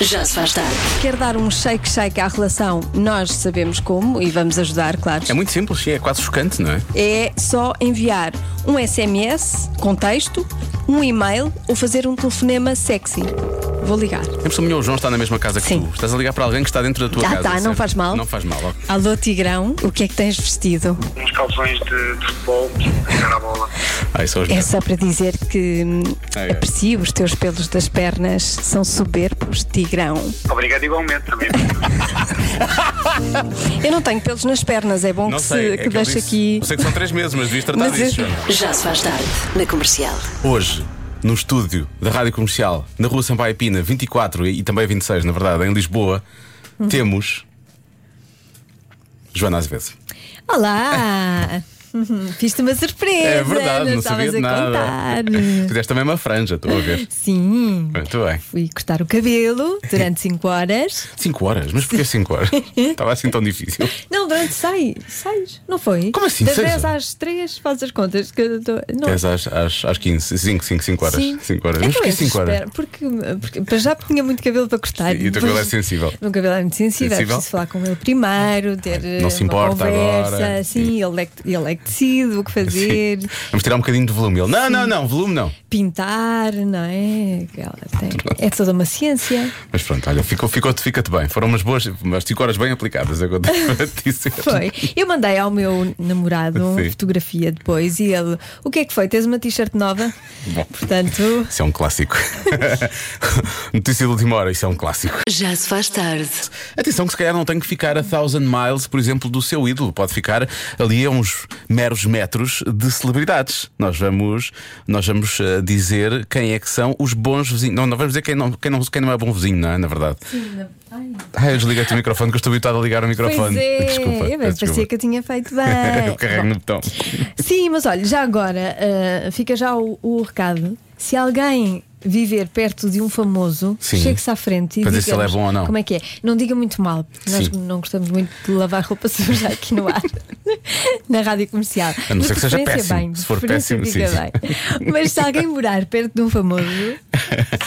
Já se faz tarde. Quer dar um shake shake à relação? Nós sabemos como e vamos ajudar, claro. É muito simples, sim, é quase chocante, não é? É só enviar um SMS com texto, um e-mail ou fazer um telefonema sexy. Vou ligar. Sempre melhor o João está na mesma casa que Sim. tu. Estás a ligar para alguém que está dentro da tua Ah, casa. tá, não certo? faz mal. Não faz mal, ok. Alô, Tigrão, o que é que tens vestido? uns calções de, de futebol, jogar a bola. Ai, são Ah, os É melhores. só para dizer que hum, Ai, ai. aprecio os teus pelos das pernas, são soberbos, Tigrão. Obrigado igualmente também. Eu não tenho pelos nas pernas, é bom Não que, sei, se, que é que eu deixe disse- aqui. Eu sei que são três meses, mas devias tratar Mas é- disso, eu- João. Já se faz tarde. Na comercial. Hoje, no estúdio da Rádio Comercial, na Rua Sampaio Pina, 24 e e também 26, na verdade, em Lisboa, Hum. temos. Joana Azevedo. Olá! Uhum, Fiz-te uma surpresa! É verdade, não, estavas sabia de a nada. contar. Fizeste também uma franja, estou a ver. Sim, Muito bem. fui cortar o cabelo durante 5 horas. 5 horas, mas porquê 5 horas? Estava assim tão difícil. Não, durante 6, não foi? Como assim, Das seis 10 horas? às 3, faz as contas. Que eu tô... não. 10 às, às, às 15, 5, 5, 5 horas. Sim. 5 horas. Então Mas porquê eu 5 horas? espero, Porque, porque para já porque tinha muito cabelo para E cortar. o teu depois- cabelo é sensível. O meu cabelo é muito sensível, é Sensível? preciso falar com ele primeiro, ter eh, Não se uma importa conversa, agora. Sim, ele é, que- ele é que decide o que fazer, Sim. Vamos tirar um bocadinho de volume. Ele, não, não, não, volume não. pintar, não é? Aquela- tem- É toda uma ciência. Mas pronto, olha, ficou- ficou-te fica-te bem. Foram umas boas, umas 5 horas bem aplicadas, é o que eu tenho para te dizer. Foi. Eu mandei ao meu namorado Sim. fotografia depois e ele, o que é que foi? Tens uma t-shirt nova? Bom. Portanto, Isso é um clássico. Notícia de última hora, isso é um clássico. Já se faz tarde. Atenção que se calhar não tem que ficar a thousand miles, por exemplo, do seu ídolo. Pode ficar ali a uns meros metros de celebridades. Nós vamos, nós vamos eh, dizer quem é que são os bons vizinhos. Não, não vamos dizer quem não, quem não, quem não é bom vizinho, não é? Na verdade. Ai, eu desliguei-te o microfone, que eu estou habituado a ligar o pois microfone. é. Tá Desculpa. Eu peço parecia desculpa. que eu tinha feito bem. Eu carrego no botão. Sim, mas olha, já agora ah, fica já o, o recado. Se alguém viver perto de um famoso, Sim. chegue-se à frente e Para dizer diga se ele é bom ou não. Como é que é? Não diga muito mal. Nós Sim. não gostamos muito de lavar roupa suja aqui no ar, na rádio comercial. A não De ser que seja preferência, péssimo. Bem, Se for de preferência, péssimo, diga bem. Mas se alguém morar perto de um famoso,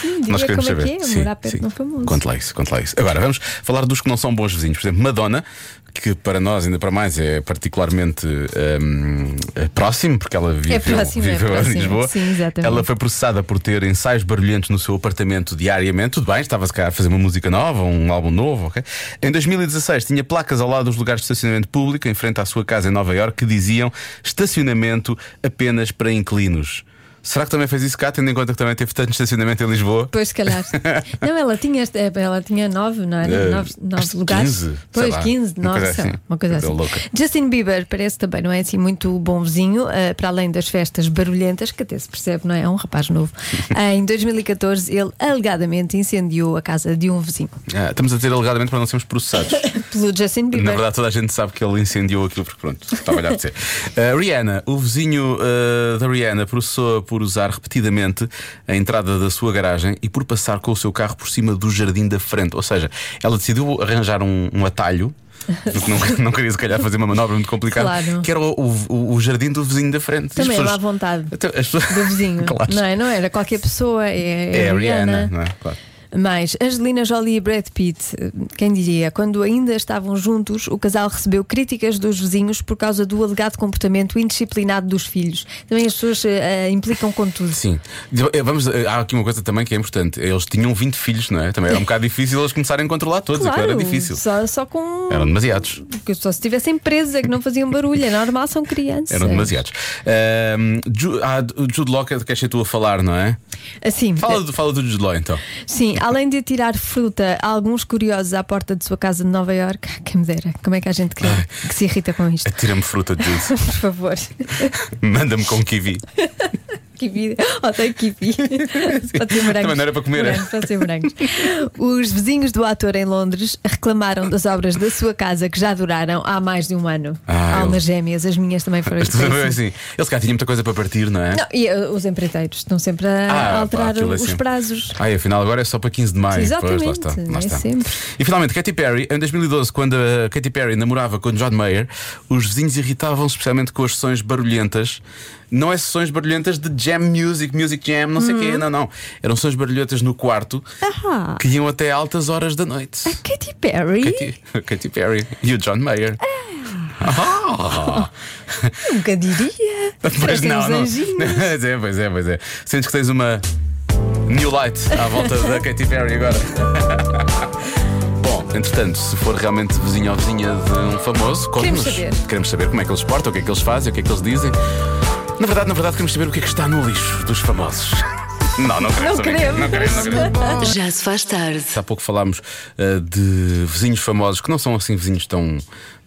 sim, Nós diga como queremos saber. é que é Sim, morar perto sim. de um famoso. Conte lá isso, conte lá isso. Agora, vamos falar dos que não são bons vizinhos. Por exemplo, Madonna, que para nós, ainda para mais, é particularmente hum, é próximo, porque ela viveu, próximo, é viveu em próximo. Lisboa. Sim, exatamente. Ela foi processada por ter ensaios barulhentos no seu apartamento diariamente. Tudo bem, estava se calhar a fazer uma música nova, um álbum novo, ok? Em 2016, tinha placas ao lado dos lugares de estacionamento público, em frente à sua casa em Nova Iorque, que diziam estacionamento apenas para inclinos. Será que também fez isso cá, tendo em conta que também teve tanto estacionamento em Lisboa? Pois, se calhar. não, ela tinha, esta- ela tinha nove, não era? Eh, nove nove acho que lugares. 15, sei pois, lá, 15, uma nove, coisa sei lá, assim. uma coisa Coisa assim. louca. Justin Bieber parece também, não é assim, muito bom vizinho, eh, para além das festas barulhentas, que até se percebe, não é? É um rapaz novo. Eh, em 2014, ele alegadamente incendiou a casa de um vizinho. Ah, estamos a dizer alegadamente para não sermos processados. Pelo Justin Na Bieber. verdade, toda a gente sabe que ele incendiou aquilo porque, pronto, estava a olhar de ser. Ah, Rihanna, o vizinho ah, da Rihanna processou por usar repetidamente a entrada da sua garagem e por passar com o seu carro por cima do jardim da frente. Ou seja, ela decidiu arranjar um, um atalho. Porque não, não queria, se calhar, fazer uma manobra muito complicada. Claro. Que era o, o- o jardim do vizinho da frente. Também As lá à vontade Então, as pessoas- Do vizinho. Claro. Não é? Não era qualquer pessoa, é, É a Rihanna. Rihanna, não é? Claro. Mais Angelina Jolie e Brad Pitt, quem diria, quando ainda estavam juntos, o casal recebeu críticas dos vizinhos por causa do alegado comportamento indisciplinado dos filhos. Também as pessoas eh, implicam com tudo. Sim. Eh, Vamos, eh, há aqui uma coisa também que é importante. Eles tinham 20 filhos, não é? Também era um bocado difícil eles começarem a controlar todos, aquilo era difícil. Só, só com. um, Eram demasiados. Porque só se tivessem presa, que não faziam barulho. É normal, são crianças. Eram demasiados. Ahm, Ju- ah, o Jude Law que que achei tu a falar, não é? Assim, Fala do, fala do Jude Law então. eh, Sim, além de tirar fruta a alguns curiosos à porta de sua casa de Nova Iorque, quem me dera, como é que a gente que, que se irrita com isto? Atira-me fruta, Jude. Por favor, Manda-me com kiwi. kiwi, ou tem kiwi. Pode ser morangos. Também não era para comer, é? Morangos, pode ser morangos. Os vizinhos do ator em Londres reclamaram das obras da sua casa que já duraram há mais de um ano. Ah, Almas ele- gêmeas, as minhas também foram Mas tu sabes assim. assim. Ele se calhar tinha muita coisa para partir, não é? Não, e uh, os empreiteiros estão sempre a Ah, pá, alterar aquilo é os sempre- prazos. Ai, afinal agora é só para 15 de maio. Exatamente, Pois, lá está, lá é está. sempre. E finalmente, Katy Perry, em 2012, quando a Katy Perry namorava com John Mayer, os vizinhos irritavam-se especialmente com as sessões barulhentas não é sessões barulhentas de jam music, music jam, não sei o Uhum. quê, não, não. Eram sessões barulhentas no quarto Ah. que iam até altas horas da noite. A Katy Perry? Katy, Katy Perry e o John Mayer. Ah. Nunca diria. Pois Tem não, uns não. anjinhos. Pois é, pois é, pois é. Sentes que tens uma New Light à volta da Katy Perry agora. Bom, entretanto, se for realmente vizinho ou vizinha de um famoso, conte-nos. Queremos saber. Queremos saber como é que eles se portam, o que é que eles fazem, o que é que eles dizem. Na verdade, na verdade, queremos saber o que é que está no lixo dos famosos. Não, não queremos. Não saber. queremos. Não queremos, não queremos. Já se faz tarde. Há pouco falámos eh, de vizinhos famosos que não são assim vizinhos tão,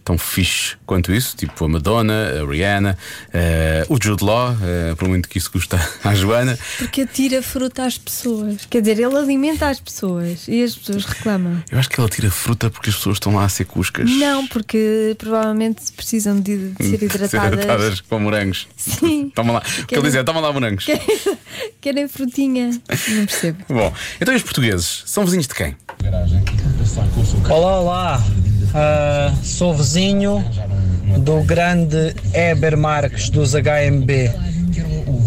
tão fixe quanto isso, tipo a Madonna, a Rihanna, eh, o Jude Law, eh, por muito que isso custa à Joana. Porque atira fruta às pessoas. Quer dizer, ele alimenta as pessoas e as pessoas reclamam. Eu acho que ela tira fruta porque as pessoas estão lá a ser cuscas. Não, porque provavelmente precisam de, de ser hidratadas. hidratadas Tá com morangos. Sim. Toma lá. O que ele Querem- dizia, toma lá morangos. Querem frutinha. Não percebo. Bom, então e os portugueses são vizinhos de quem? Olá, olá. Ah, sou vizinho do grande Eber Marques dos HMB.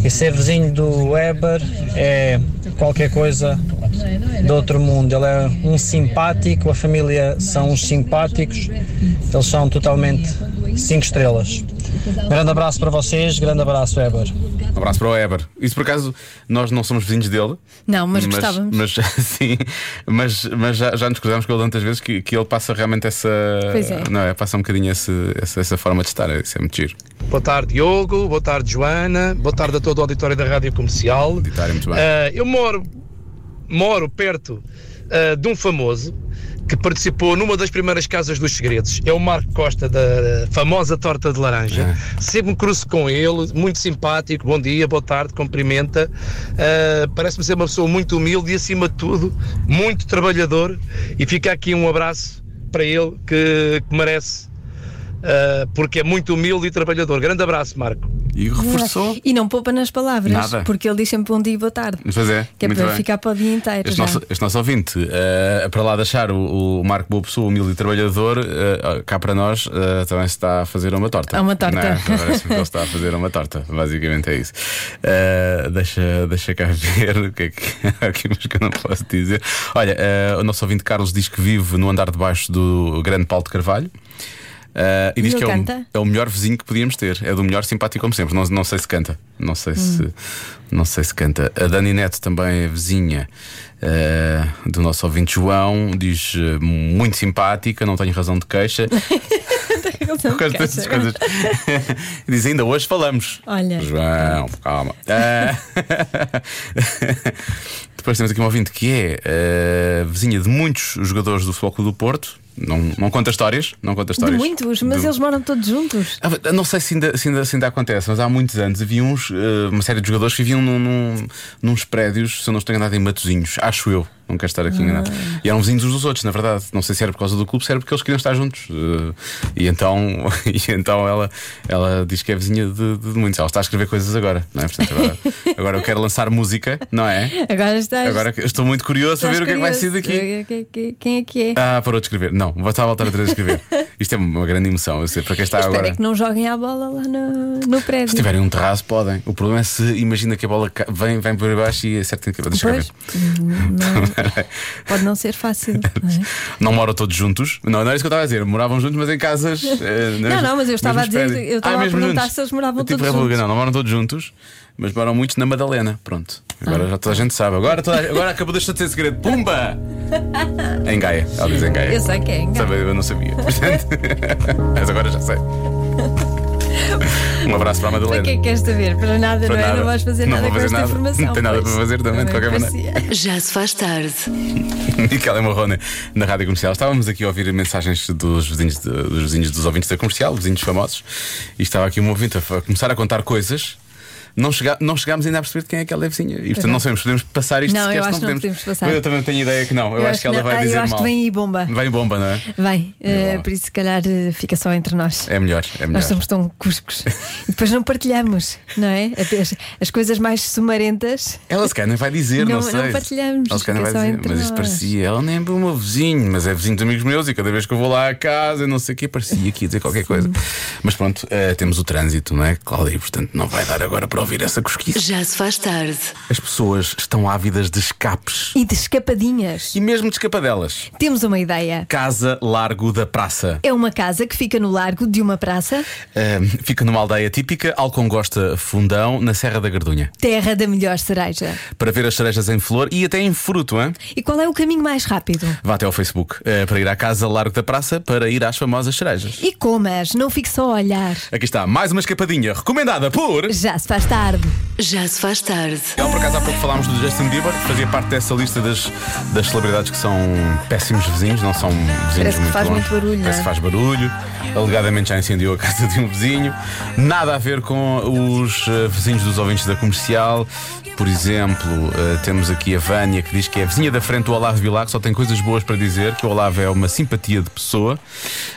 E ser vizinho do Eber é qualquer coisa de outro mundo. Ele é um simpático, a família são uns simpáticos. Eles são totalmente cinco estrelas. Grande abraço para vocês, grande abraço, Eber. Um abraço para o Eber. Isso por acaso nós não somos vizinhos dele. Não, mas gostávamos. Mas, sim, mas, mas já, já nos cruzámos com ele tantas vezes que, que ele passa realmente essa. Pois é. Não é? Passa um bocadinho esse- essa, essa forma de estar. Isso é muito giro. Boa tarde, Diogo. Boa tarde, Joana. Boa tarde a todo o auditório da Rádio Comercial. Auditório, muito bem. Ah, eu moro, moro perto ah, de um famoso que participou numa das primeiras Casas dos Segredos. É o Marco Costa, da famosa torta de laranja. É. Sempre me cruzo com ele, muito simpático. Bom dia, boa tarde, cumprimenta. Ah, Parece-me ser uma pessoa muito humilde e, acima de tudo, muito trabalhador. E fica aqui um abraço para ele que, que merece. ah, porque é muito humilde e trabalhador. Grande abraço, Marco. E reforçou. E não poupa nas palavras, Nada. porque ele diz sempre bom dia e boa tarde. Pois é, Que é muito para bem. ficar para o dia inteiro. é? Este já. nosso, este nosso ouvinte, eh, para lá de achar o, o Marco Boa Pessoa, humilde e trabalhador, eh, cá para nós eh, também se está a fazer uma torta. É uma torta. Não, então parece-me que ele está a fazer uma torta. Basicamente é isso. Eh, deixa, deixa cá ver o que é que há aqui, mas que eu não posso dizer. Olha, eh, o nosso ouvinte Carlos diz que vive no andar de baixo do grande Paulo de Carvalho. eh, e diz que ele é o, canta? é o melhor vizinho que podíamos ter. É do melhor simpático como sempre. Não, não sei se canta. Não Hum. sei se não sei se canta. A Dani Neto também é vizinha eh, do nosso ouvinte João. Diz eh, muito simpática, não tenho razão de queixa. Por causa dessas coisas. Diz ainda hoje falamos. Olha. João, calma. Ah, Depois temos aqui um ouvinte que é eh, vizinha de muitos jogadores do Futebol Clube do Porto. Não, não conta histórias, não conta De histórias. muitos, mas De- eles moram todos juntos. ah, Não sei se ainda, se, ainda, se ainda acontece, mas há muitos anos havia uns, eh, uma série de jogadores que viviam num, num- nos prédios, se eu não estou enganado, em Matozinhos, acho eu. Não quero estar aqui enganado. Ah. E eram vizinhos uns dos outros, na verdade. Não sei se era por causa do clube, se era porque eles queriam estar juntos. Eh, e então, e então ela, ela diz que é vizinha de, de muitos. Ela está a escrever coisas agora, não é? Portanto, agora, agora eu quero lançar música, não é? Agora estás. Agora que- estou muito curioso para estás ver o que é que vai ser curioso. daqui. Que- que- Quem é que é? Ah, parou de escrever. Não, vou estar a voltar a escrever. Isto é uma grande emoção, eu sei, para quem está Espero tá, agora. é que não joguem a bola lá no, no Se prédio. tiverem um terraço, podem. O problema é se imagina que a bola ca- vem, vem por baixo e acerta na cabeça. Deixa eu Pois, ver. não- pode não ser fácil. não é? Não moram todos juntos. Não, não era isso que eu estava a dizer. Moravam juntos, mas em casas. eh, Não, não, mas eu estava mesmos a dizer- prédios. Ah, eu estava a mesmo perguntar juntos. se eles moravam Eu tive todos rebuga. juntos. Não, não moram todos juntos, mas moram muitos na Madalena. Pronto. Ah. Agora já toda a gente sabe. Agora, toda a- agora acabou deixando de ser segredo. Pumba! em Gaia. Ela diz em Gaia. Eu sei é. quem. Sabe, eu não sabia. Portanto, mas agora já sei. Um abraço para a Para Madalena. que é que queres saber? Para nada, Para não é? nada. Não vais fazer Não nada vou com fazer esta nada. informação. Não tem nada para pois. fazer também, de qualquer maneira. parecia. Já se faz tarde. Micaela Marrone na Rádio Comercial. Estávamos aqui a ouvir mensagens dos vizinhos, de- dos vizinhos dos ouvintes da comercial, vizinhos famosos, e estava aqui um ouvinte a fa- começar a contar coisas. não, chega, não chegámos ainda a perceber de quem é aquela vizinha. E portanto não sabemos, podemos passar isto Não, sequer, eu se acho que não podemos passar. Eu também tenho ideia que não. Eu, acho, que ela não- vai ah, dizer Eu acho mal. que vem aí bomba. Vem bomba, não é? Vem, eh, bom. por isso se calhar eh, fica só entre nós. É melhor, é melhor. Nós somos tão cuscos. e depois não partilhamos, não é? As, as coisas mais sumarentas. Ela se calhar nem vai dizer, não, Não- sei. não partilhamos, Ela se calhar nem vai fica só dizer, entre mas isto nós. parecia. Ela nem é o meu vizinho, mas é vizinho de amigos meus e cada vez que eu vou lá à casa, não sei o que, parecia aqui dizer qualquer coisa. Mas pronto, eh, temos o trânsito, não é, Cláudia? E portanto não vai dar agora para ouvir essa cosquice. Já se faz tarde. As pessoas estão ávidas de escapes E de escapadinhas. e mesmo de escapadelas. Temos uma ideia. Casa Largo da Praça. É uma casa que fica no largo de uma praça, Eh, fica numa aldeia típica, Alcongosta Fundão, na Serra da Gardunha. terra da melhor cereja. Para ver as cerejas em flor e até em fruto, hein? E qual é o caminho mais rápido? vá até ao Facebook eh, para ir à Casa Largo da Praça para ir às famosas cerejas. E comas, não fique só a olhar. Aqui está, mais uma escapadinha recomendada por. Já se faz tarde. Já se faz tarde. Não, por acaso É um há pouco falámos do Justin Bieber, que fazia parte dessa lista das, das celebridades que são péssimos vizinhos, não são vizinhos Parece que muito faz bons. muito barulho, Parece que não é? faz barulho. Alegadamente já incendiou a casa de um vizinho. Nada a ver com os eh, vizinhos dos ouvintes da comercial. Por exemplo, eh, temos aqui a Vânia que diz que é vizinha da frente do Olavo Vilar, que só tem coisas boas para dizer, que o Olavo é uma simpatia de pessoa.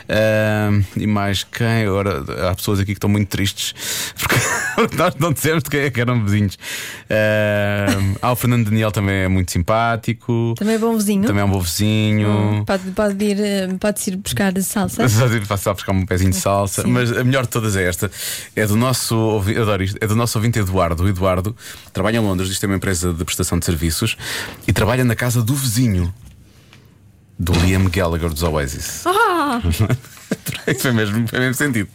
Ah, e mais quem? Agora há pessoas aqui que estão muito tristes porque nós não dissemos de quem é que eram vizinhos. Ah, ah, o Fernando Daniel também é muito simpático. Também é bom vizinho. Hum. Também é um bom vizinho. Pode, pode, ir, eh, pode ir buscar salsa. Só tive de passar a buscar um pezinho de salsa. Mas a melhor de todas é esta. É do nosso ouvi- eu adoro isto, é do nosso ouvinte Eduardo. O Eduardo trabalha em Londres, isto é uma empresa de prestação de serviços, e trabalha na casa do vizinho do Liam Gallagher dos Oasis. Ah! Foi mesmo, foi mesmo sentido.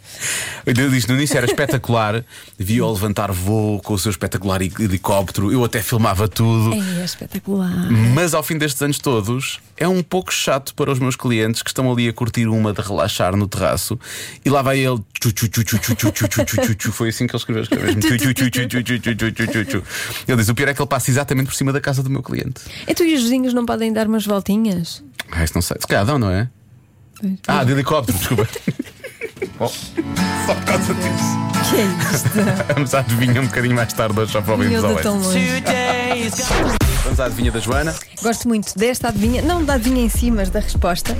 Ele diz: no início era espetacular, via-o levantar voo com o seu espetacular heli- helicóptero, eu até filmava tudo. É espetacular. Mas ao fim destes anos todos, é um pouco chato para os meus clientes que estão ali a curtir uma de relaxar no terraço e lá vai ele. Tchu, tchu, tchu, tchu, tchu, tchu, tchu, tchu, tchu, tchu, tchu. Foi assim que ele escreveu. escreveu mesmo. Tchu, tchu, tchu, tchu, tchu, tchu, tchu, tchu, tchu, tchu. Ele diz: o pior é que ele passa exatamente por cima da casa do meu cliente. Então e os vizinhos não podem dar umas voltinhas? Ah, isso não sei. Se calhar dão, não é? Ah, de helicóptero, desculpa. Oh, Só por causa disso. Que é isto? Vamos à adivinha um bocadinho mais tarde hoje, só para Eu ouvirmos ao dou Oeste. tão longe. Vamos à adivinha da Joana. Gosto muito desta adivinha, não da adivinha em si, mas da resposta.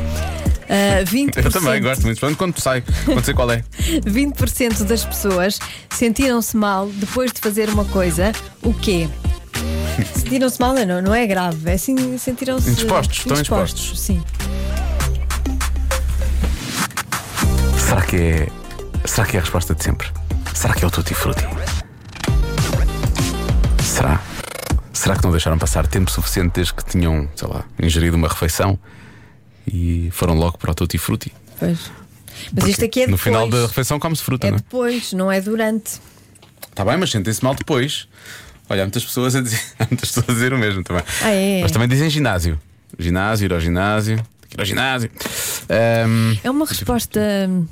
Ah, 20%, Eu também gosto muito. Joana, Quando sai, quando sei qual é. 20% das pessoas sentiram-se mal depois de fazer uma coisa. O quê? Sentiram-se mal não, não é grave. É assim, sentiram-se. Indispostos, estão indispostos, Sim. Será que é. Será que é a resposta de sempre? Será que é o Tutti Frutti? Será? Será que não deixaram passar tempo suficiente desde que tinham, sei lá, ingerido uma refeição e foram logo para o Tutti Frutti? Pois. Mas Porque isto aqui é No depois. final da refeição come-se fruta, É não é? depois, não é durante. Está bem, mas sentem-se mal depois. Olha, há muitas pessoas a dizer, há muitas pessoas a dizer o mesmo também. Ah, é? Mas também dizem ginásio. Ginásio, ir ao ginásio, tem que ir ao ginásio. Ehm, Ahm, É uma resposta hum,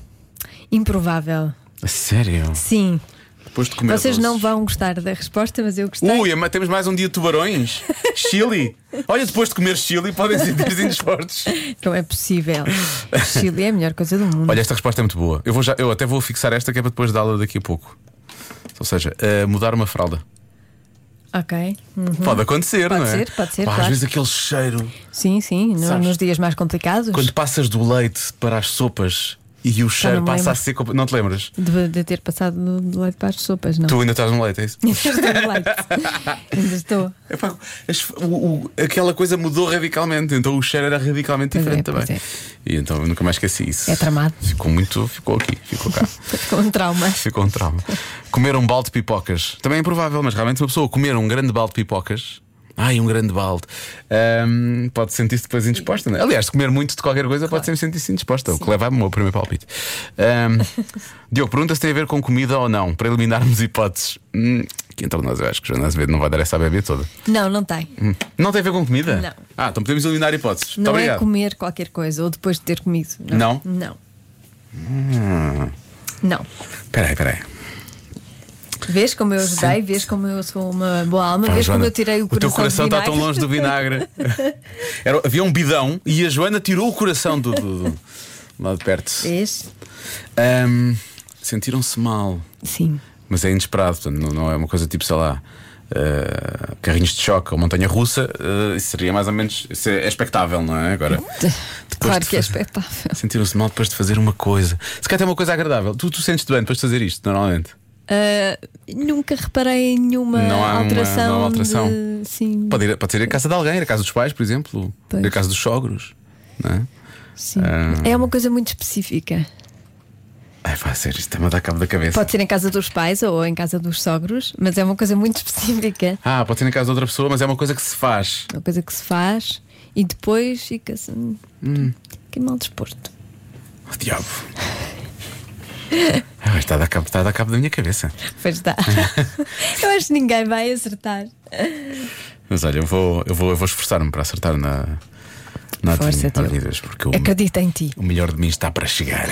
improvável. a sério? Sim. Depois de comer Vocês não doces. vão gostar da resposta, mas eu gostei. Ui, ama- temos mais um dia de tubarões. Chile. Olha, depois de comer chile, podem sentir-se indispostos. Não é possível. Chile é a melhor coisa do mundo. Olha, esta resposta é muito boa. Eu, vou já, eu até vou fixar esta que é para depois dá-la daqui a pouco. Ou seja, eh, mudar uma fralda. Ok. Hum. Pode acontecer, Pode não é? ser, pode ser, Pá, Às claro. vezes aquele cheiro. Sim, sim. no- Sabes? nos dias mais complicados Quando passas do leite para as sopas e o cheiro me passa a lembro. ser. compa- Não te lembras? de, de ter passado no- do leite para as sopas, não. Tu ainda estás no leite, é isso? Ainda estou no leite. Ainda estou. Epá, as- o- o- aquela coisa mudou radicalmente, então o cheiro era radicalmente Pois é, diferente pois também. E então eu nunca mais esqueci isso. É tramado. Ficou muito, ficou aqui, ficou cá. Com um trauma. Ficou um trauma. Comer um balde de pipocas. Também é improvável, mas realmente uma pessoa comer um grande balde de pipocas. Ai, um grande balde. ahm, pode sentir-se depois indisposta, não é? Aliás, se comer muito de qualquer coisa, pode sempre sentir-se indisposta, o que leva ao meu primeiro palpite. Ahm, Diogo, pergunta se tem a ver com comida ou não, para eliminarmos hipóteses. Hum, aqui entre nós, eu acho que Joana Azevedo não vai dar essa bebida toda. Não, não tem. Hum, Não tem a ver com comida? Não. Ah, então podemos eliminar hipóteses. Muito Não é obrigado. comer qualquer coisa ou depois de ter comido. Não? Não. Hum. Não. Peraí, peraí. Vês como eu ajudei, vês como eu sou uma boa alma, Pá, vês Joana, como eu tirei o coração. teu coração de está tão longe vinagre? do vinagre. Era- havia um bidão e a Joana tirou o coração do, do- do- É. lá de perto. Vês? Ahm, Sentiram-se mal. Sim. mas é inesperado, portanto, não, não é uma coisa tipo, sei lá. eh, carrinhos de choque ou montanha russa eh, isso seria mais ou menos isso é expectável, não é? Agora, depois Claro de que é fa- expectável. Sentiram-se mal depois de fazer uma coisa. Se calhar tem uma coisa agradável. Tu, tu sentes-te bem depois de fazer isto, normalmente. Ah, nunca reparei em nenhuma Não há uma- alteração. não há alteração. de- sim, Pode, ir, pode ser ir à casa de alguém, ir à casa dos pais, por exemplo, Pois. ir à casa dos sogros. Não é? sim. Ah. É uma coisa muito específica. Ai, vai ser, É, isto está-me a dar cabo da cabeça. Pode ser em casa dos pais ou em casa dos sogros, mas é uma coisa muito específica. Ah, pode ser na casa de outra pessoa, mas é uma coisa que se faz. É uma coisa que se faz e depois fica-se. hum, Que é mal disposto. Oh, diabo. Ah, está, a dar cabo, está a dar cabo da minha cabeça. Pois está. Eu acho que ninguém vai acertar. Mas olha, eu vou, eu vou, eu vou esforçar-me para acertar na, na Força, É adivinha- Diogo. Olha, Deus, porque o, Acredita em ti. o melhor de mim está para chegar.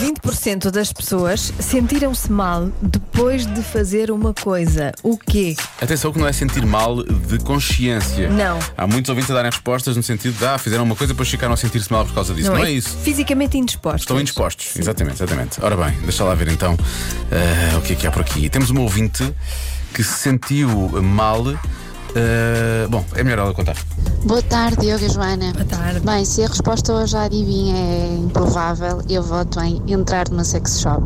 20% das pessoas sentiram-se mal depois de fazer uma coisa. O quê? Atenção que não é sentir mal de consciência. Não. Há muitos ouvintes a darem respostas no sentido de ah, fizeram uma coisa, depois ficaram a sentir-se mal por causa disso. Não, é, isso. Fisicamente indisposto. Estão indispostos. Exatamente, exatamente. Ora bem, deixa lá ver então ah, o que é que há por aqui. Temos uma ouvinte que se sentiu mal. ah, bom, é melhor ela contar. Boa tarde, Diogo e Joana. Boa tarde. Bem, se a resposta hoje à adivinha é improvável, eu voto em entrar numa sex shop.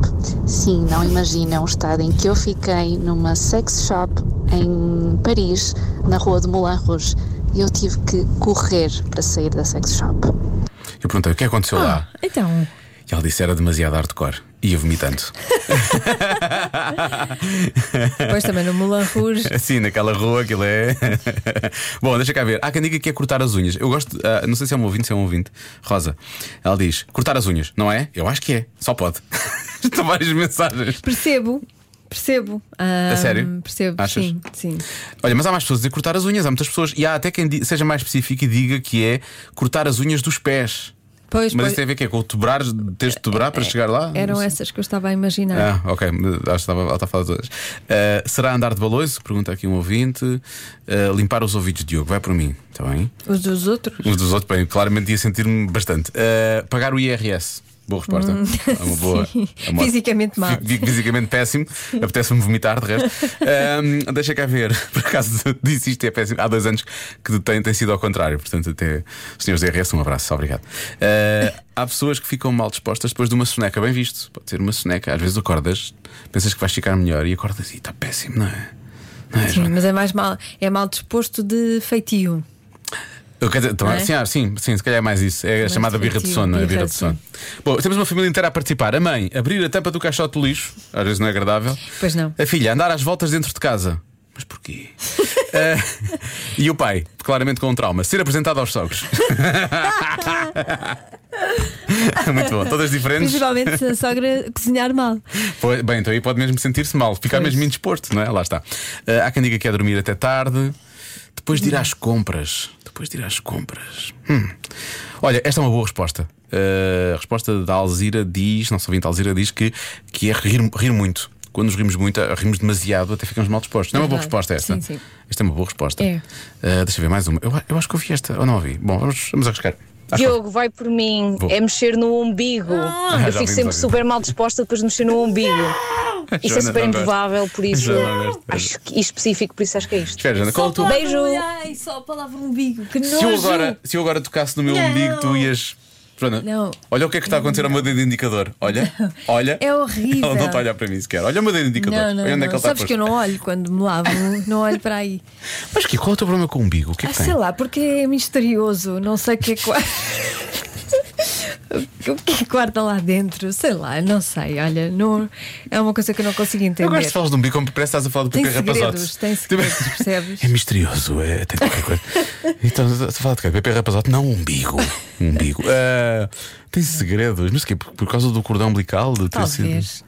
Sim, não imaginam o estado em que eu fiquei numa sex shop em Paris, na rua de Moulin Rouge. E Eu tive que correr para sair da sex shop. Eu perguntei o que é que aconteceu lá. Então, E ela disse era demasiado hardcore. E ia vomitando. depois também no Moulin Rouge. Assim, naquela rua, aquilo é. Bom, deixa cá ver. Há quem diga que é cortar as unhas. Eu gosto. ah, não sei se é um ouvinte, se é um ouvinte. Rosa, ela diz: cortar as unhas, não é? Eu acho que é. Só pode. Estão várias mensagens. Percebo, percebo. Ah, sério? Percebo, Achas? sim, sim. Olha, mas há mais pessoas a dizer cortar as unhas. Há muitas pessoas. E há até quem di- seja mais específico e diga que é cortar as unhas dos pés. Mas Pois, pois, É, um isso tem a ver com o quê? Com o dobrar, teres de dobrar para chegar lá? eram Não sei. essas que eu estava a imaginar. Ah, ok, acho que estava, ela está a falar de todas. Ah, será andar de baloiço? Pergunta aqui um ouvinte. Ah, limpar os ouvidos, Diogo, vai por mim, está bem? Os dos outros? Uns dos outros, bem, claramente ia sentir-me bastante. Ah, pagar o IRS. Boa resposta. é uma boa. Hum, sim. é uma- Fisicamente mal. Fi- Fisicamente péssimo. Apetece-me vomitar, de resto. Ahm, deixa cá ver. Por acaso disse isto, é péssimo. Há dois anos que tem, tem sido ao contrário. Portanto, até. Senhores do IRS, um abraço. Obrigado. Ah, há pessoas que ficam mal dispostas depois de uma soneca. Bem visto. Pode ser uma soneca. Às vezes acordas, pensas que vais ficar melhor e acordas e está péssimo, não é? Não é, Sim, mas é mais mal, é mal disposto de feitio. Eu quero dizer, então, Não é? sim, ah, sim, sim, se calhar é mais isso. É a chamada birra de efetivo, sono, não é? birra Birra de de sono. Bom, temos uma família inteira a participar. A mãe, abrir a tampa do caixote do lixo, às vezes não é agradável. Pois não. A filha, andar às voltas dentro de casa. Mas porquê? Ah, e o pai, claramente com um trauma, ser apresentado aos sogros. Muito bom, todas diferentes. Principalmente se a sogra cozinhar mal. Pois, Bem, então aí pode mesmo sentir-se mal, ficar Pois. mesmo indisposto, não é? Lá está. Ah, há quem diga que é dormir até tarde, depois de ir às compras. Depois de ir às compras. Hum. Olha, esta é uma boa resposta. Ah, a resposta da Alzira diz, nossa ouvinte Alzira diz que, que é rir, rir muito. Quando nos rimos muito, ah, rimos demasiado, até ficamos mal dispostos. Não é uma boa Verdade. resposta esta? Sim, sim. Esta é uma boa resposta. É. Ah, deixa eu ver mais uma. Eu, eu acho que ouvi esta, ou não ouvi? Bom, vamos, vamos arriscar. Acho que- Diogo, vai por mim, Vou. Ah. é mexer no umbigo. já eu vimos, fico já sempre vimos. super mal disposta depois de mexer no umbigo. Isso é Joana, super não gosto. improvável, por isso Joana, não gosto. acho que e específico, por isso acho que é isto. Espera, Jana, qual é o teu- Beijo! um, Ai, só a palavra um umbigo, que Se eu, nojo. agora, se eu agora tocasse no meu umbigo, tu ias. Joana, Não. olha o que é que está a acontecer ao meu dedo indicador. Olha, olha. É horrível. Ela não está a olhar para mim sequer. Olha o meu dedo indicador. Não, olha não, onde é não. que ele está Sabes que eu posto. não olho quando me lavo, não olho para aí. Mas que, qual é o teu problema com o umbigo? O que é Ah, que sei tem? lá, porque é misterioso, não sei o que é qua- O que é que guarda lá dentro? Sei lá, não sei. Olha, não, é uma coisa que eu não consigo Eu entender. gosto de falar do umbigo como parece que estás a falar do Tem Pica Rapazote. segredos, tem segredos, percebes? Tipo, É misterioso, é, tem qualquer coisa. Então, estás a falar de quê? Pepe Rapazote? Não, umbigo. Um umbigo. Ah, tem segredos, mas que por, por causa do cordão umbilical? De ter Talvez. sido-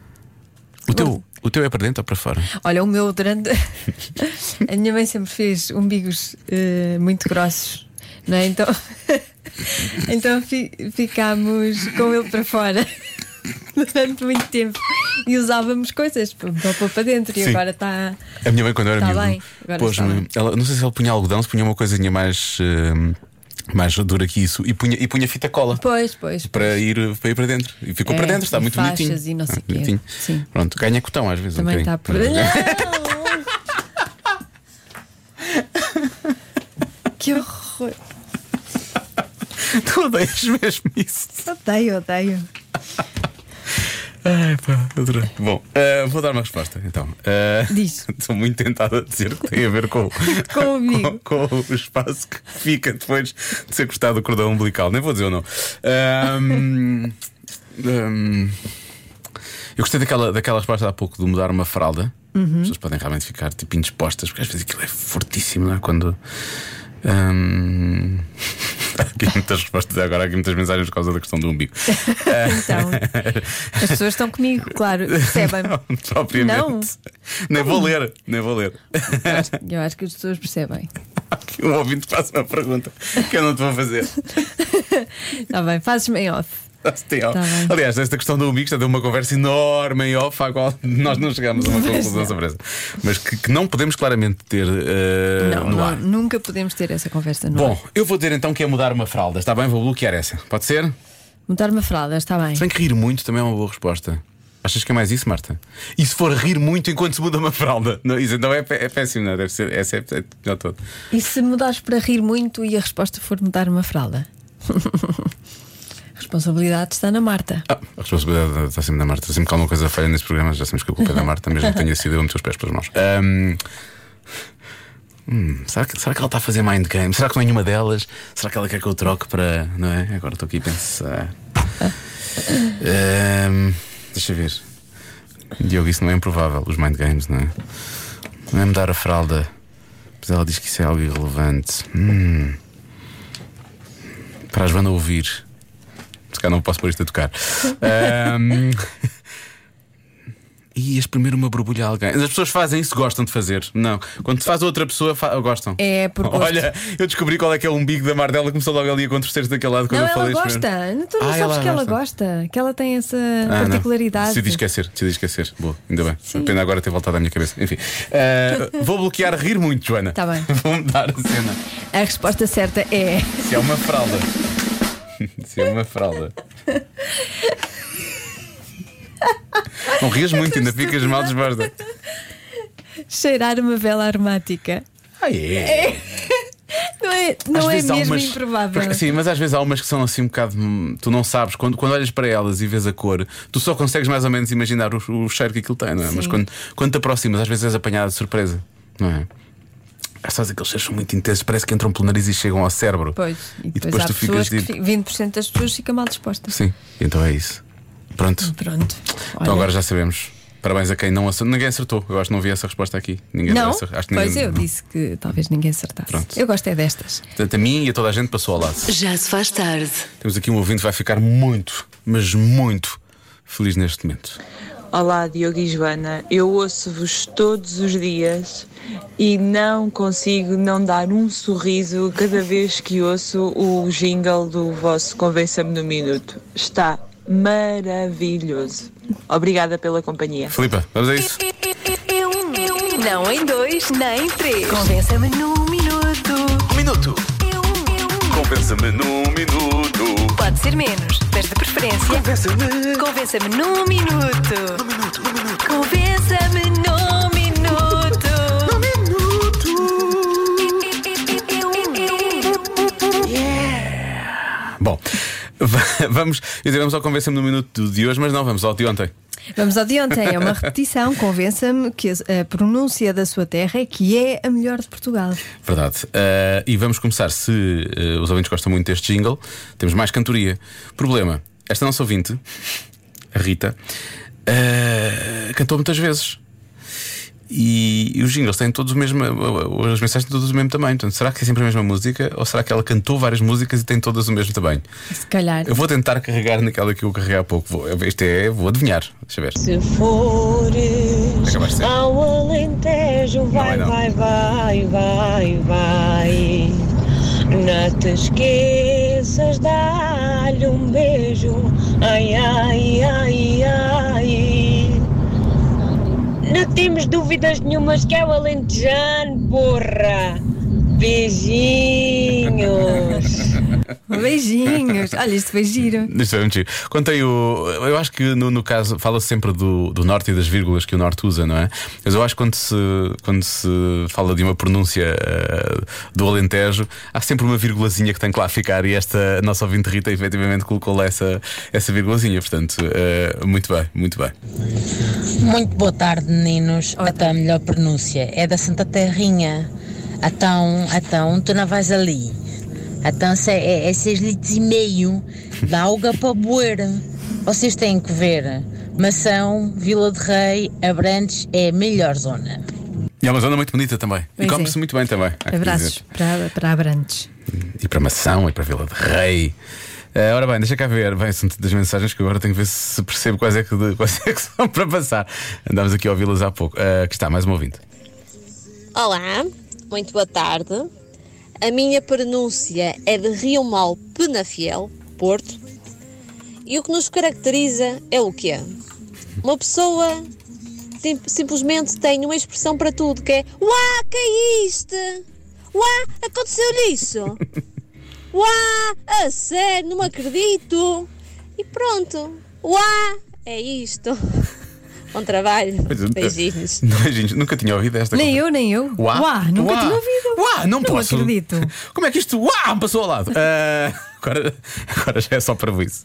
O teu, o teu é para dentro ou para fora? Olha, o meu durante. a minha mãe sempre fez umbigos eh, muito grossos, não é? Então, então fi- ficámos com ele para fora durante muito tempo e usávamos coisas para para pôr para dentro e Sim. agora tá- está. A minha mãe, quando eu era Tá miúdo, bem, agora pôs-me- está bem. ela- não sei se ele punha algodão, se punha uma coisinha mais. hum, mais dura que isso, e punha, e punha fita cola. Pois, pois. Para ir, para ir para dentro. E ficou É, para dentro, está e muito faixas bonitinho. e não sei Ah, quê. bonitinho. Sim. Pronto, ganha cotão às vezes. um Também está por. bocadinho. Não! que horror. Tu odeias mesmo é isso. Odeio, odeio. Ai, pá, adorei. Bom, eh, vou dar uma resposta então. Eh, Diz. Estou muito tentado a dizer que tem a ver com, Com o bico. com, com o espaço que fica depois de ser cortado o cordão umbilical. Nem vou dizer o nome. Ahm, ahm, eu gostei daquela, daquela resposta há pouco de mudar uma fralda. As pessoas podem realmente ficar tipo indispostas, porque às vezes aquilo é fortíssimo, não é? Quando. ahm, Há aqui muitas respostas agora, há aqui muitas mensagens por causa da questão do umbigo. Então, as pessoas estão comigo, claro, percebem-me. Não, propriamente. Não. Nem vou ler, nem vou ler. Eu acho que as pessoas percebem. O ouvinte faz uma pergunta que eu não te vou fazer. Está Tá bem, fazes-me em off. Está Tá bem. Aliás, esta questão do amigo está a ter uma conversa enorme em off, à qual nós não chegámos a uma Pois conclusão não. sobre essa. Mas que, que não podemos claramente ter eh, Não, no não, ar. nunca podemos ter essa conversa, não. Bom, eu vou dizer então que é mudar uma fralda, está bem? Vou bloquear essa. Pode ser? Mudar uma fralda, está bem. Se bem que rir muito também é uma boa resposta. Achas que é mais isso, Marta? E se for rir muito enquanto se muda uma fralda? Não, isso então é, pé- é péssimo, não? Deve ser. Essa é, é, melhor todo. E se mudares para rir muito e a resposta for mudar uma fralda? a responsabilidade está na Marta. Ah, a responsabilidade está sempre na Marta. Sempre que há alguma coisa falha nesse programa, já sabemos que a culpa é da Marta, mesmo que tenha sido eu a meter os pés pelas mãos. Ahm, hum, será, que, será que ela está a fazer mind game? Será que não é nenhuma delas? Será que ela quer que eu troque para. Não é? Agora estou aqui a pensar. Ahm, Ehm, deixa eu ver. Diogo, isso não é improvável, os mind games, não é? Não é mudar a fralda. Mas ela diz que isso é algo irrelevante. Hum. Para as bandas ouvir. Se calhar não posso pôr isto a tocar. Ahm, Ias primeiro uma borbulha a alguém. As pessoas fazem isso, gostam de fazer. Não. Quando se faz a outra pessoa, fa- gostam. É, por gosto. Olha, eu descobri qual é que é o umbigo da mar dela. Começou logo ali a contorcer-se daquele lado quando não, eu falei ela isso gosta. Não, tu não Ah, sabes ela que ela gosta. gosta, que ela tem essa Ah, não. particularidade. Decidi esquecer, decidi esquecer. Boa, ainda bem. Pena agora ter voltado à minha cabeça. Enfim, Ah, vou bloquear rir muito, Joana. Tá bem. Vou mudar a cena. A resposta certa é. Se é uma fralda. Se é uma fralda. Não rias muito, ainda ficas mal desbasta. cheirar uma vela aromática. Ah, é? Não é, não é mesmo improvável. Sim, mas às vezes há umas que são assim um bocado. hum, Tu não sabes, quando, quando olhas para elas e vês a cor, tu só consegues mais ou menos imaginar o, o cheiro que aquilo tem, não é? Mas quando, quando te aproximas, às vezes és apanhada de surpresa, não é? Ah, Sabes, aqueles cheiros são muito intensos, parece que entram pelo nariz e chegam ao cérebro. Pois, e depois há tu pessoas ficas. que tipo- fi- 20% das pessoas fica mal disposta. Sim, então é isso. Pronto. Pronto. Então Hum, Olha. agora já sabemos. Parabéns a quem não acertou. Ninguém acertou. Eu acho que não vi essa resposta aqui. Ninguém deu Não, essa- acho que ninguém- pois eu disse que talvez ninguém acertasse. Pronto. Eu gosto é destas. Portanto, a mim e a toda a gente passou ao lado. Já se faz tarde. Temos aqui um ouvinte que vai ficar muito, mas muito feliz neste momento. Olá, Diogo e Joana. Eu ouço-vos todos os dias e não consigo não dar um sorriso cada vez que ouço o jingle do vosso Convença-me no Minuto. Está maravilhoso. Obrigada pela companhia. Filipa, vamos a isso? Não em dois, nem em três. Convença-me num minuto. Um minuto. Compensa-me num minuto. Pode ser menos, mas de preferência. Compensa-me. Convença-me num minuto. Num minuto, num minuto. Convença-me num minuto. Num minuto. Bom, va- vamos, eu diria, vamos ao Convença-me no minuto de hoje, mas não, vamos ao de ontem. Vamos ao de ontem, é uma repetição. Convença-me que a a pronúncia da sua terra é que é a melhor de Portugal. Verdade. Eh, e vamos começar. Se eh, os ouvintes gostam muito deste jingle, temos mais cantoria. Problema: esta nossa ouvinte, a Rita, eh, cantou muitas vezes. E, e os jingles têm todos o mesmo. As mensagens têm todos o mesmo tamanho. Portanto, será que é sempre a mesma música? Ou será que ela cantou várias músicas e têm todas o mesmo tamanho? Se calhar. Eu vou tentar carregar naquela que eu carreguei há pouco. Vou, isto é. Vou adivinhar. Deixa eu ver. Se fores Acabaste de ser. ao Alentejo, vai, não. vai, vai, vai, vai. Não te esqueças, dá-lhe um beijo. Ai, ai, ai, ai. Não temos dúvidas nenhumas que é o Alentejano, porra. Beijinhos. Beijinhos. Olha, isto foi giro. Isto é muito giro. Contei o. Eu acho que no, no caso fala-se sempre do, do norte e das vírgulas que o norte usa, não é? Mas eu acho que quando se, quando se fala de uma pronúncia eh, do Alentejo, há sempre uma vírgulazinha que tem que lá ficar e esta nossa ouvinte Rita efetivamente colocou lá essa, essa vírgulazinha. Portanto, eh, muito bem, muito bem. Muito boa tarde, meninos. Até a melhor pronúncia é da Santa Terrinha. Então, então, tu não vais ali. Então, se é, é seis litros e meio da alga para boer. Vocês têm que ver. Mação, Vila de Rei, Abrantes é a melhor zona. E é uma zona muito bonita também. Pois e é. come-se muito bem também. há que Abraços dizer. para, para Abrantes. E para Mação e para Vila de Rei. Eh, ora bem, deixa cá ver. Bem, são das mensagens que agora tenho que ver se percebo quais é que, quais é que são para passar. Andámos aqui a ouvi-las há pouco. Eh, aqui está, mais um ouvinte. Olá, muito boa tarde. A minha pronúncia é de Rio Mal Penafiel, Porto. E o que nos caracteriza é o quê? Uma pessoa sim- simplesmente tem uma expressão para tudo que é Uá, caíste! Uá, aconteceu-lhe isso! Uá, a sério, não me acredito! E pronto, uá, é isto. Bom trabalho, beijinhos. eh, Beijinhos. Nunca tinha ouvido esta Nem eu, nem eu. Uá, nunca uá, tinha ouvido. Uá, não, posso. acredito. Como é que isto uá, passou ao lado? Eh, agora, agora já é só para isso.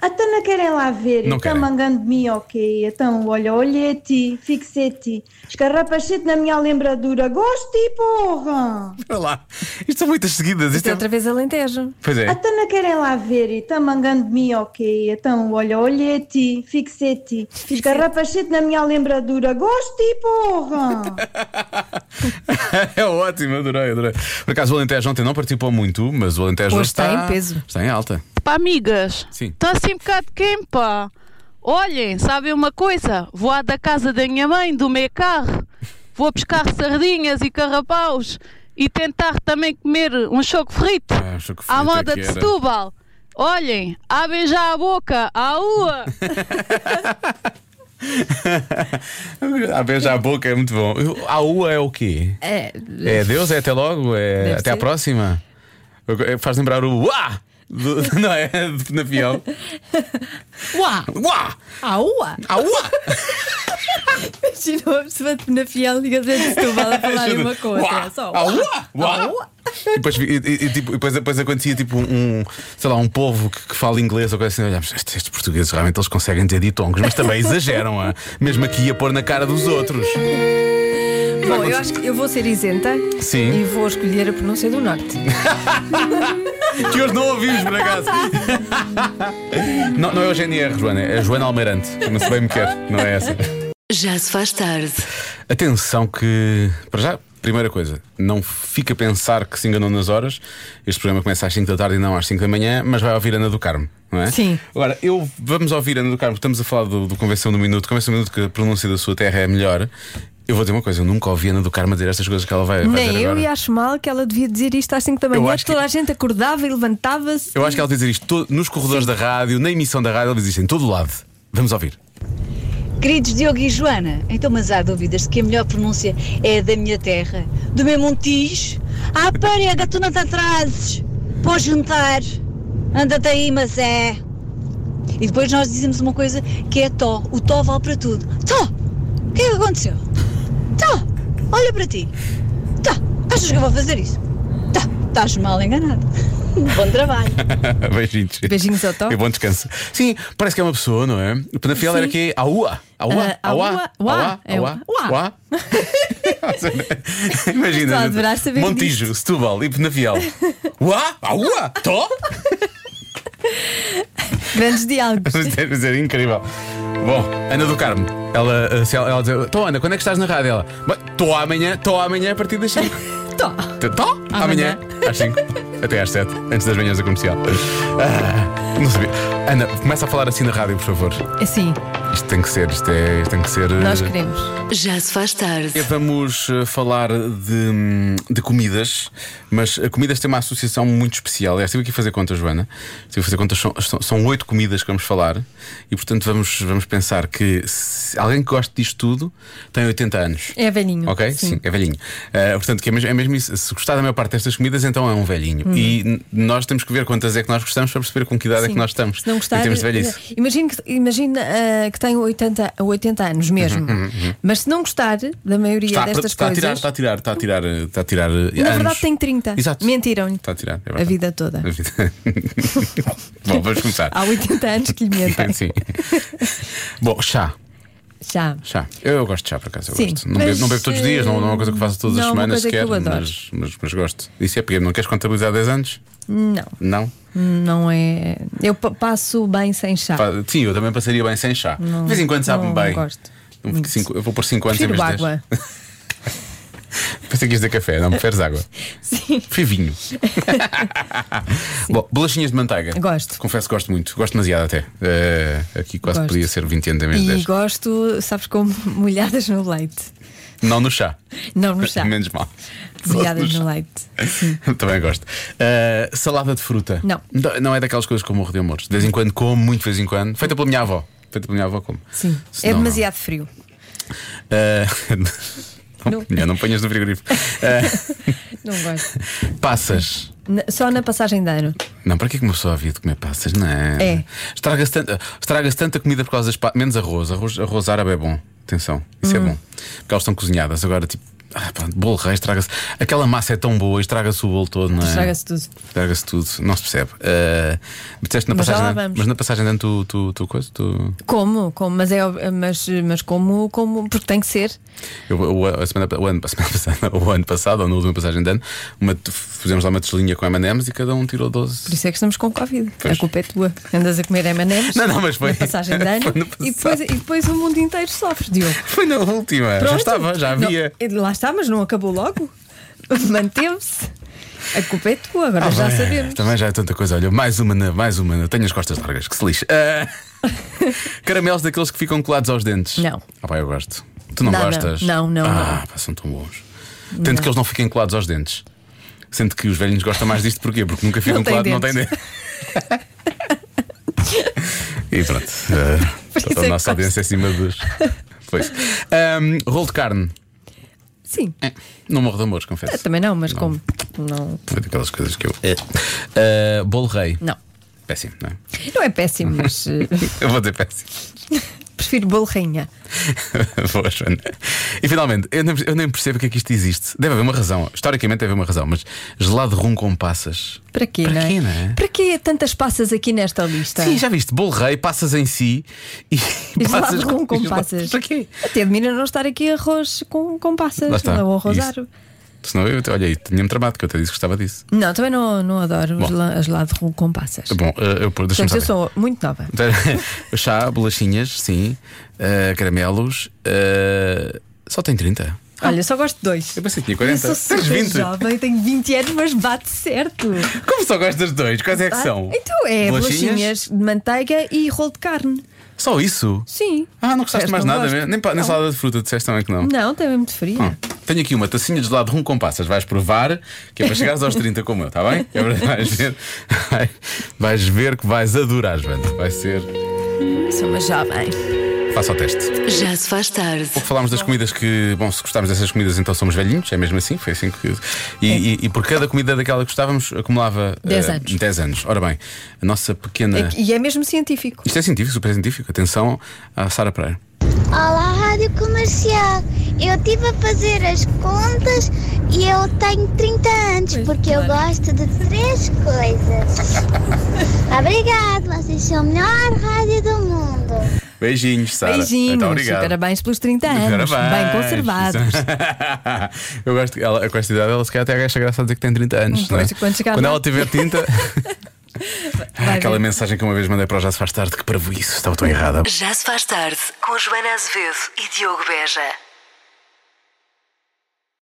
Até Então não querem lá ver, Não estão querem. mangando de mim, ok? Então, olha, olhete, fixete, escarrapachete na minha lembradura, gosto e porra! Olha lá. Isto são muitas seguidas. Isto é... Então, outra vez Alentejo. Pois é. Até não querem lá ver, estão mangando de mim, ok? Então, olha, olhete, fixete, escarrapachete na minha lembradura, gosto e porra! É ótimo, adorei, adorei. Por acaso o Alentejo ontem não participou muito, mas o Alentejo Hoje está, está em peso. Está em alta. Pá, amigas, Sim. está assim um bocado quente, pá. Olhem, sabem uma coisa? Vou à da casa da minha mãe, do meu carro, vou pescar sardinhas e carrapaus e tentar também comer um choco frito Ah, acho que foi à até moda que de era. Setúbal. Olhem, abrem já a boca, à rua. A beija a boca é muito bom. A UA é o quê? É, É Deus? É até logo? É Deve até à ser. próxima? Eu- Faz lembrar o UA! do- não é? Do Penafiel. Uá! Uá! Ah, uá! Ah, uá! Imagina se bate na fiel e a gente se É vale a falar em uma coisa. é Uá! Só um. Ah, uá! Uá! E depois, vi- e- e- tipo, e depois- depois acontecia tipo um, sei lá, um povo que, que fala inglês ou coisa assim. Olhamos, estes, estes portugueses realmente eles conseguem ter ditongos, mas também exageram, ah, mesmo aqui a pôr na cara dos outros. Bom, eu acho que eu vou ser isenta Sim. e vou escolher a pronúncia do norte. Que hoje não ouvimos, por acaso. Não, não é o GNR, Joana, é a Joana Almeirante. Chama-se bem me quer, não é essa. Já se faz tarde. Atenção que, para já, primeira coisa, não fica a pensar que se enganou nas horas. Este programa começa às 5 da tarde e não às 5 da manhã, mas vai ouvir Ana do Carmo, não é? Sim. Agora, eu vamos ouvir Ana do Carmo, estamos a falar do, do Convenção do Minuto, Convenção do Minuto que a pronúncia da sua terra é a melhor. Eu vou dizer uma coisa, eu nunca ouvi Ana do Carmo dizer estas coisas que ela vai, vai dizer Nem eu agora. e acho mal que ela devia dizer isto às 5 da Eu manhã, acho que toda a gente acordava e levantava-se. Eu acho que ela dizer isto todo- nos corredores da rádio, na emissão da rádio, ela diz isto em todo lado. Vamos ouvir. Queridos Diogo e Joana, então mas há dúvidas de que a melhor pronúncia é a da minha terra, do meu montijo. Ah, pera, tu não te atrases, pode juntar, anda-te aí, mas é. E depois nós dizemos uma coisa que é tó, o tó vale para tudo. Tó, o que é que aconteceu? Tó, olha para ti. Tó, achas que eu vou fazer isso? Tó, estás mal enganado. Bom trabalho. Beijinhos. Beijinhos ao Tó. E bom descanso. Sim, parece que é uma pessoa, não é? O Penafiel era Sim. que a UA. A UA. Ah, a ua, ua, é a UA. ua. UA. Só Imagina. deverás saber Montijo, Setúbal e Penafiel. UA. A UA. Tó. Grandes diálogos. Deve ser incrível. Bom, Ana do Carmo. Ela, eh, se ela, ela diz: Tô, Ana, quando é que estás na rádio? Ela: Tô amanhã, tô amanhã a partir das 5. Tó. Tó? Tá, Amanhã. Amanhã. Às 5. Até às 7. Antes das manhãs da comercial. Ah, não sabia. Ana, começa a falar assim na rádio, por favor. Assim. Isto tem que ser, isto, é, isto tem que ser. eh, Já se faz tarde. E Vamos eh, falar de, de comidas, mas a comidas tem uma associação muito especial. Aliás, estive aqui a fazer contas, Joana. Estive a fazer contas, são- são são oito comidas que vamos falar e, portanto, vamos, vamos pensar que se alguém que gosta disto tudo tem 80 anos. É velhinho. Ok? Sim, é velhinho. Eh, portanto, que é mesmo, é mesmo isso. Se gostar da maior parte destas comidas, então é um velhinho. Hum. E n- nós temos que ver quantas é que nós gostamos para perceber com que idade é que Sim. nós estamos. Se não gostar. eh, em termos de velhice. Imagina que, imagina, ah, que tenho 80, 80 anos mesmo. Uhum, uhum. Mas se não gostar da maioria Está, destas está a coisas. tirar, está a tirar, está a tirar, eh, está a tirar. eh, na anos. verdade tem 30. Exato. Mentiram-lhe Está a tirar, é a verdade. vida toda. A vida. Bom, vamos começar. Há um tá. 80 anos que lhe mentem. Sim. Bom, chá. Já. Chá. Eu, eu gosto de chá, por acaso. Eu Sim, gosto. Não, bebo, mas, não bebo todos os dias, não, não é uma coisa que faço todas não as é uma semanas coisa que sequer, eu adoro. mas, mas, mas gosto. Isso é porque não queres contabilizar 10 anos? Não, Não? não é. Eu pa- passo bem sem chá. Fa- Sim, eu também passaria bem sem chá. Não, de vez em quando sabe-me não bem. gosto. Não fico cinco- eu vou pôr 5 anos em Prefiro vez de 10. água. Pensei que isto é café, não preferes água. Sim. Prefiro vinho. Bom, bolachinhas de manteiga. Gosto. Confesso que gosto muito. Gosto demasiado até. Eh, aqui quase Gosto. podia ser 20 anos em vez de E 10. gosto, sabes como? Molhadas no leite. Não no chá. Não no chá. Menos mal. Molhadas no leite. Também gosto. Uh, salada de fruta. Não. Não- Não é daquelas coisas que eu morro de amores. De vez em quando como, muito de vez em quando. Feita pela minha avó. Feita pela minha avó como. Sim. Se É não, não. demasiado frio. Uh, não, Não. melhor não ponhas no frigorífico. Uh, Não gosto. passas. Na- Só na passagem de ano. Não, para que é que uma pessoa havia de comer passas? Não É. Estraga-se tanta, estraga-se tanta comida por causa das passas. Menos arroz. arroz. Arroz árabe é bom. Atenção, isso é Hum. bom. Porque elas estão cozinhadas. Agora, tipo, ah, pá, bolo rei, estraga-se. Aquela massa é tão boa, estraga-se o bolo todo, não é? Estraga-se tudo. Estraga-se tudo, não se percebe. Ah, mas, disseste na Mas já passagem, lá de ano- vamos. mas na passagem de ano tu, tu, tu coisa? Tu, Como, como, mas é ob- mas, mas como, como, porque tem que ser. eu, eu- a, semana, o ano, a semana passada, o ano passado, ou na última passagem de ano, uma, fizemos lá uma deslinha com MMs e cada um tirou 12. Por isso é que estamos com Covid. A culpa é tua. Andas a comer M&M's Não, não, mas foi- na passagem de ano foi no e, depois, e depois o mundo inteiro sofre, Diogo. Foi na última, já Pronto. estava, já Não, havia. lá está, mas não acabou logo. Manteve-se. A culpa é tua, agora Ah, já bem, sabemos. Também já é tanta coisa. Olha, mais uma, na- mais uma. na- Tenho as costas largas, que se lixe. Ah, caramelos daqueles que ficam colados aos dentes. Não. Ah, pá, eu gosto. Tu não, Não, não. gostas? Não, não, Ah, pá, são tão bons. Tanto Não. que eles não fiquem colados aos dentes. Sendo que os velhinhos gostam mais disto, porquê? Porque nunca ficam Não tem colados, não têm dentes. dentes. e pronto. ah, Por isso toda é a que nossa audiência é acima dos. Pois. Ahm, rolo de carne. Sim. Não morro de amores, confesso. Eu também não, mas como? Não. Foi daquelas coisas que eu. É. Ah, bolo rei. Não. Péssimo, não é? Não é péssimo, mas eh, Eu vou dizer péssimo. prefiro bolo rainha. Boa, Joana. E finalmente, eu nem, eu nem percebo que é que isto existe. Deve haver uma razão. Historicamente deve haver uma razão, mas gelado de rum com passas. Para quê, Para não é? quê, não é? Para quê tantas passas aqui nesta lista? Sim, já viste, bolo rei, passas em si e E passas gelado com, com gelado. passas. Para quê? Até admira não estar aqui arroz com, com passas. Lá está. Ou arroz Isso. aro. Senão eu, olha aí, tinha-me tramado, que eu até disse que gostava disso. Não, também não, não adoro Bom. gela- gelado com, com passas. Bom, eh, eu, deixa-me Portanto, eu saber. sou muito nova. Então, Chá, bolachinhas, sim, eh, caramelos. eh, só tem 30. Olha, só gosto de dois. Ah. Eu pensei que tinha 40. Eu sou Tens super 20. jovem, tenho 20 anos, mas bate certo. Como só gostas de dois? Quais é que Ah, são? Então é Bolachinhas? bolachinhas de manteiga e rolo de carne. Só isso? Sim. Ah, não gostaste Resto mais não nada, gosto. mesmo? nem, pa- nem Não. salada de fruta, disseste também que não. Não, também me preferia. Hum. Tenho aqui uma tacinha de gelado de rum com passas. Vais provar que é para chegares aos 30 como eu, está bem? É verdade, vais ver. vai- Vais ver que vais adorar, Joana. Vai ser. é Sou uma jovem. Faça o teste. Já se faz tarde. Pouco falámos das comidas que, bom, se gostámos dessas comidas, então somos velhinhos, é mesmo assim, foi assim que. E, e- e por cada comida daquela que gostávamos, acumulava É. Dez eh, anos. 10 anos. Ora bem, a nossa pequena. É- E é mesmo científico. Isto é científico, super científico. Atenção à Sara Pereira. Olá, Rádio Comercial. Eu estive a fazer as contas e eu tenho 30 anos, porque eu gosto de três coisas. Obrigado, vocês são a melhor rádio do mundo. Beijinhos, Sara. Beijinhos. Muito então obrigado. e parabéns pelos 30 anos. Bem conservados. Eu gosto que ela, com esta idade, ela se calhar até acha graça a dizer que tem 30 anos. não é? Hum, Pois, quando chegar lá. ela tiver 30. Ah, aquela mensagem que uma vez mandei para o Já se faz tarde, que para isso estava tão errada. Já se faz tarde com Joana Azevedo e Diogo Beja.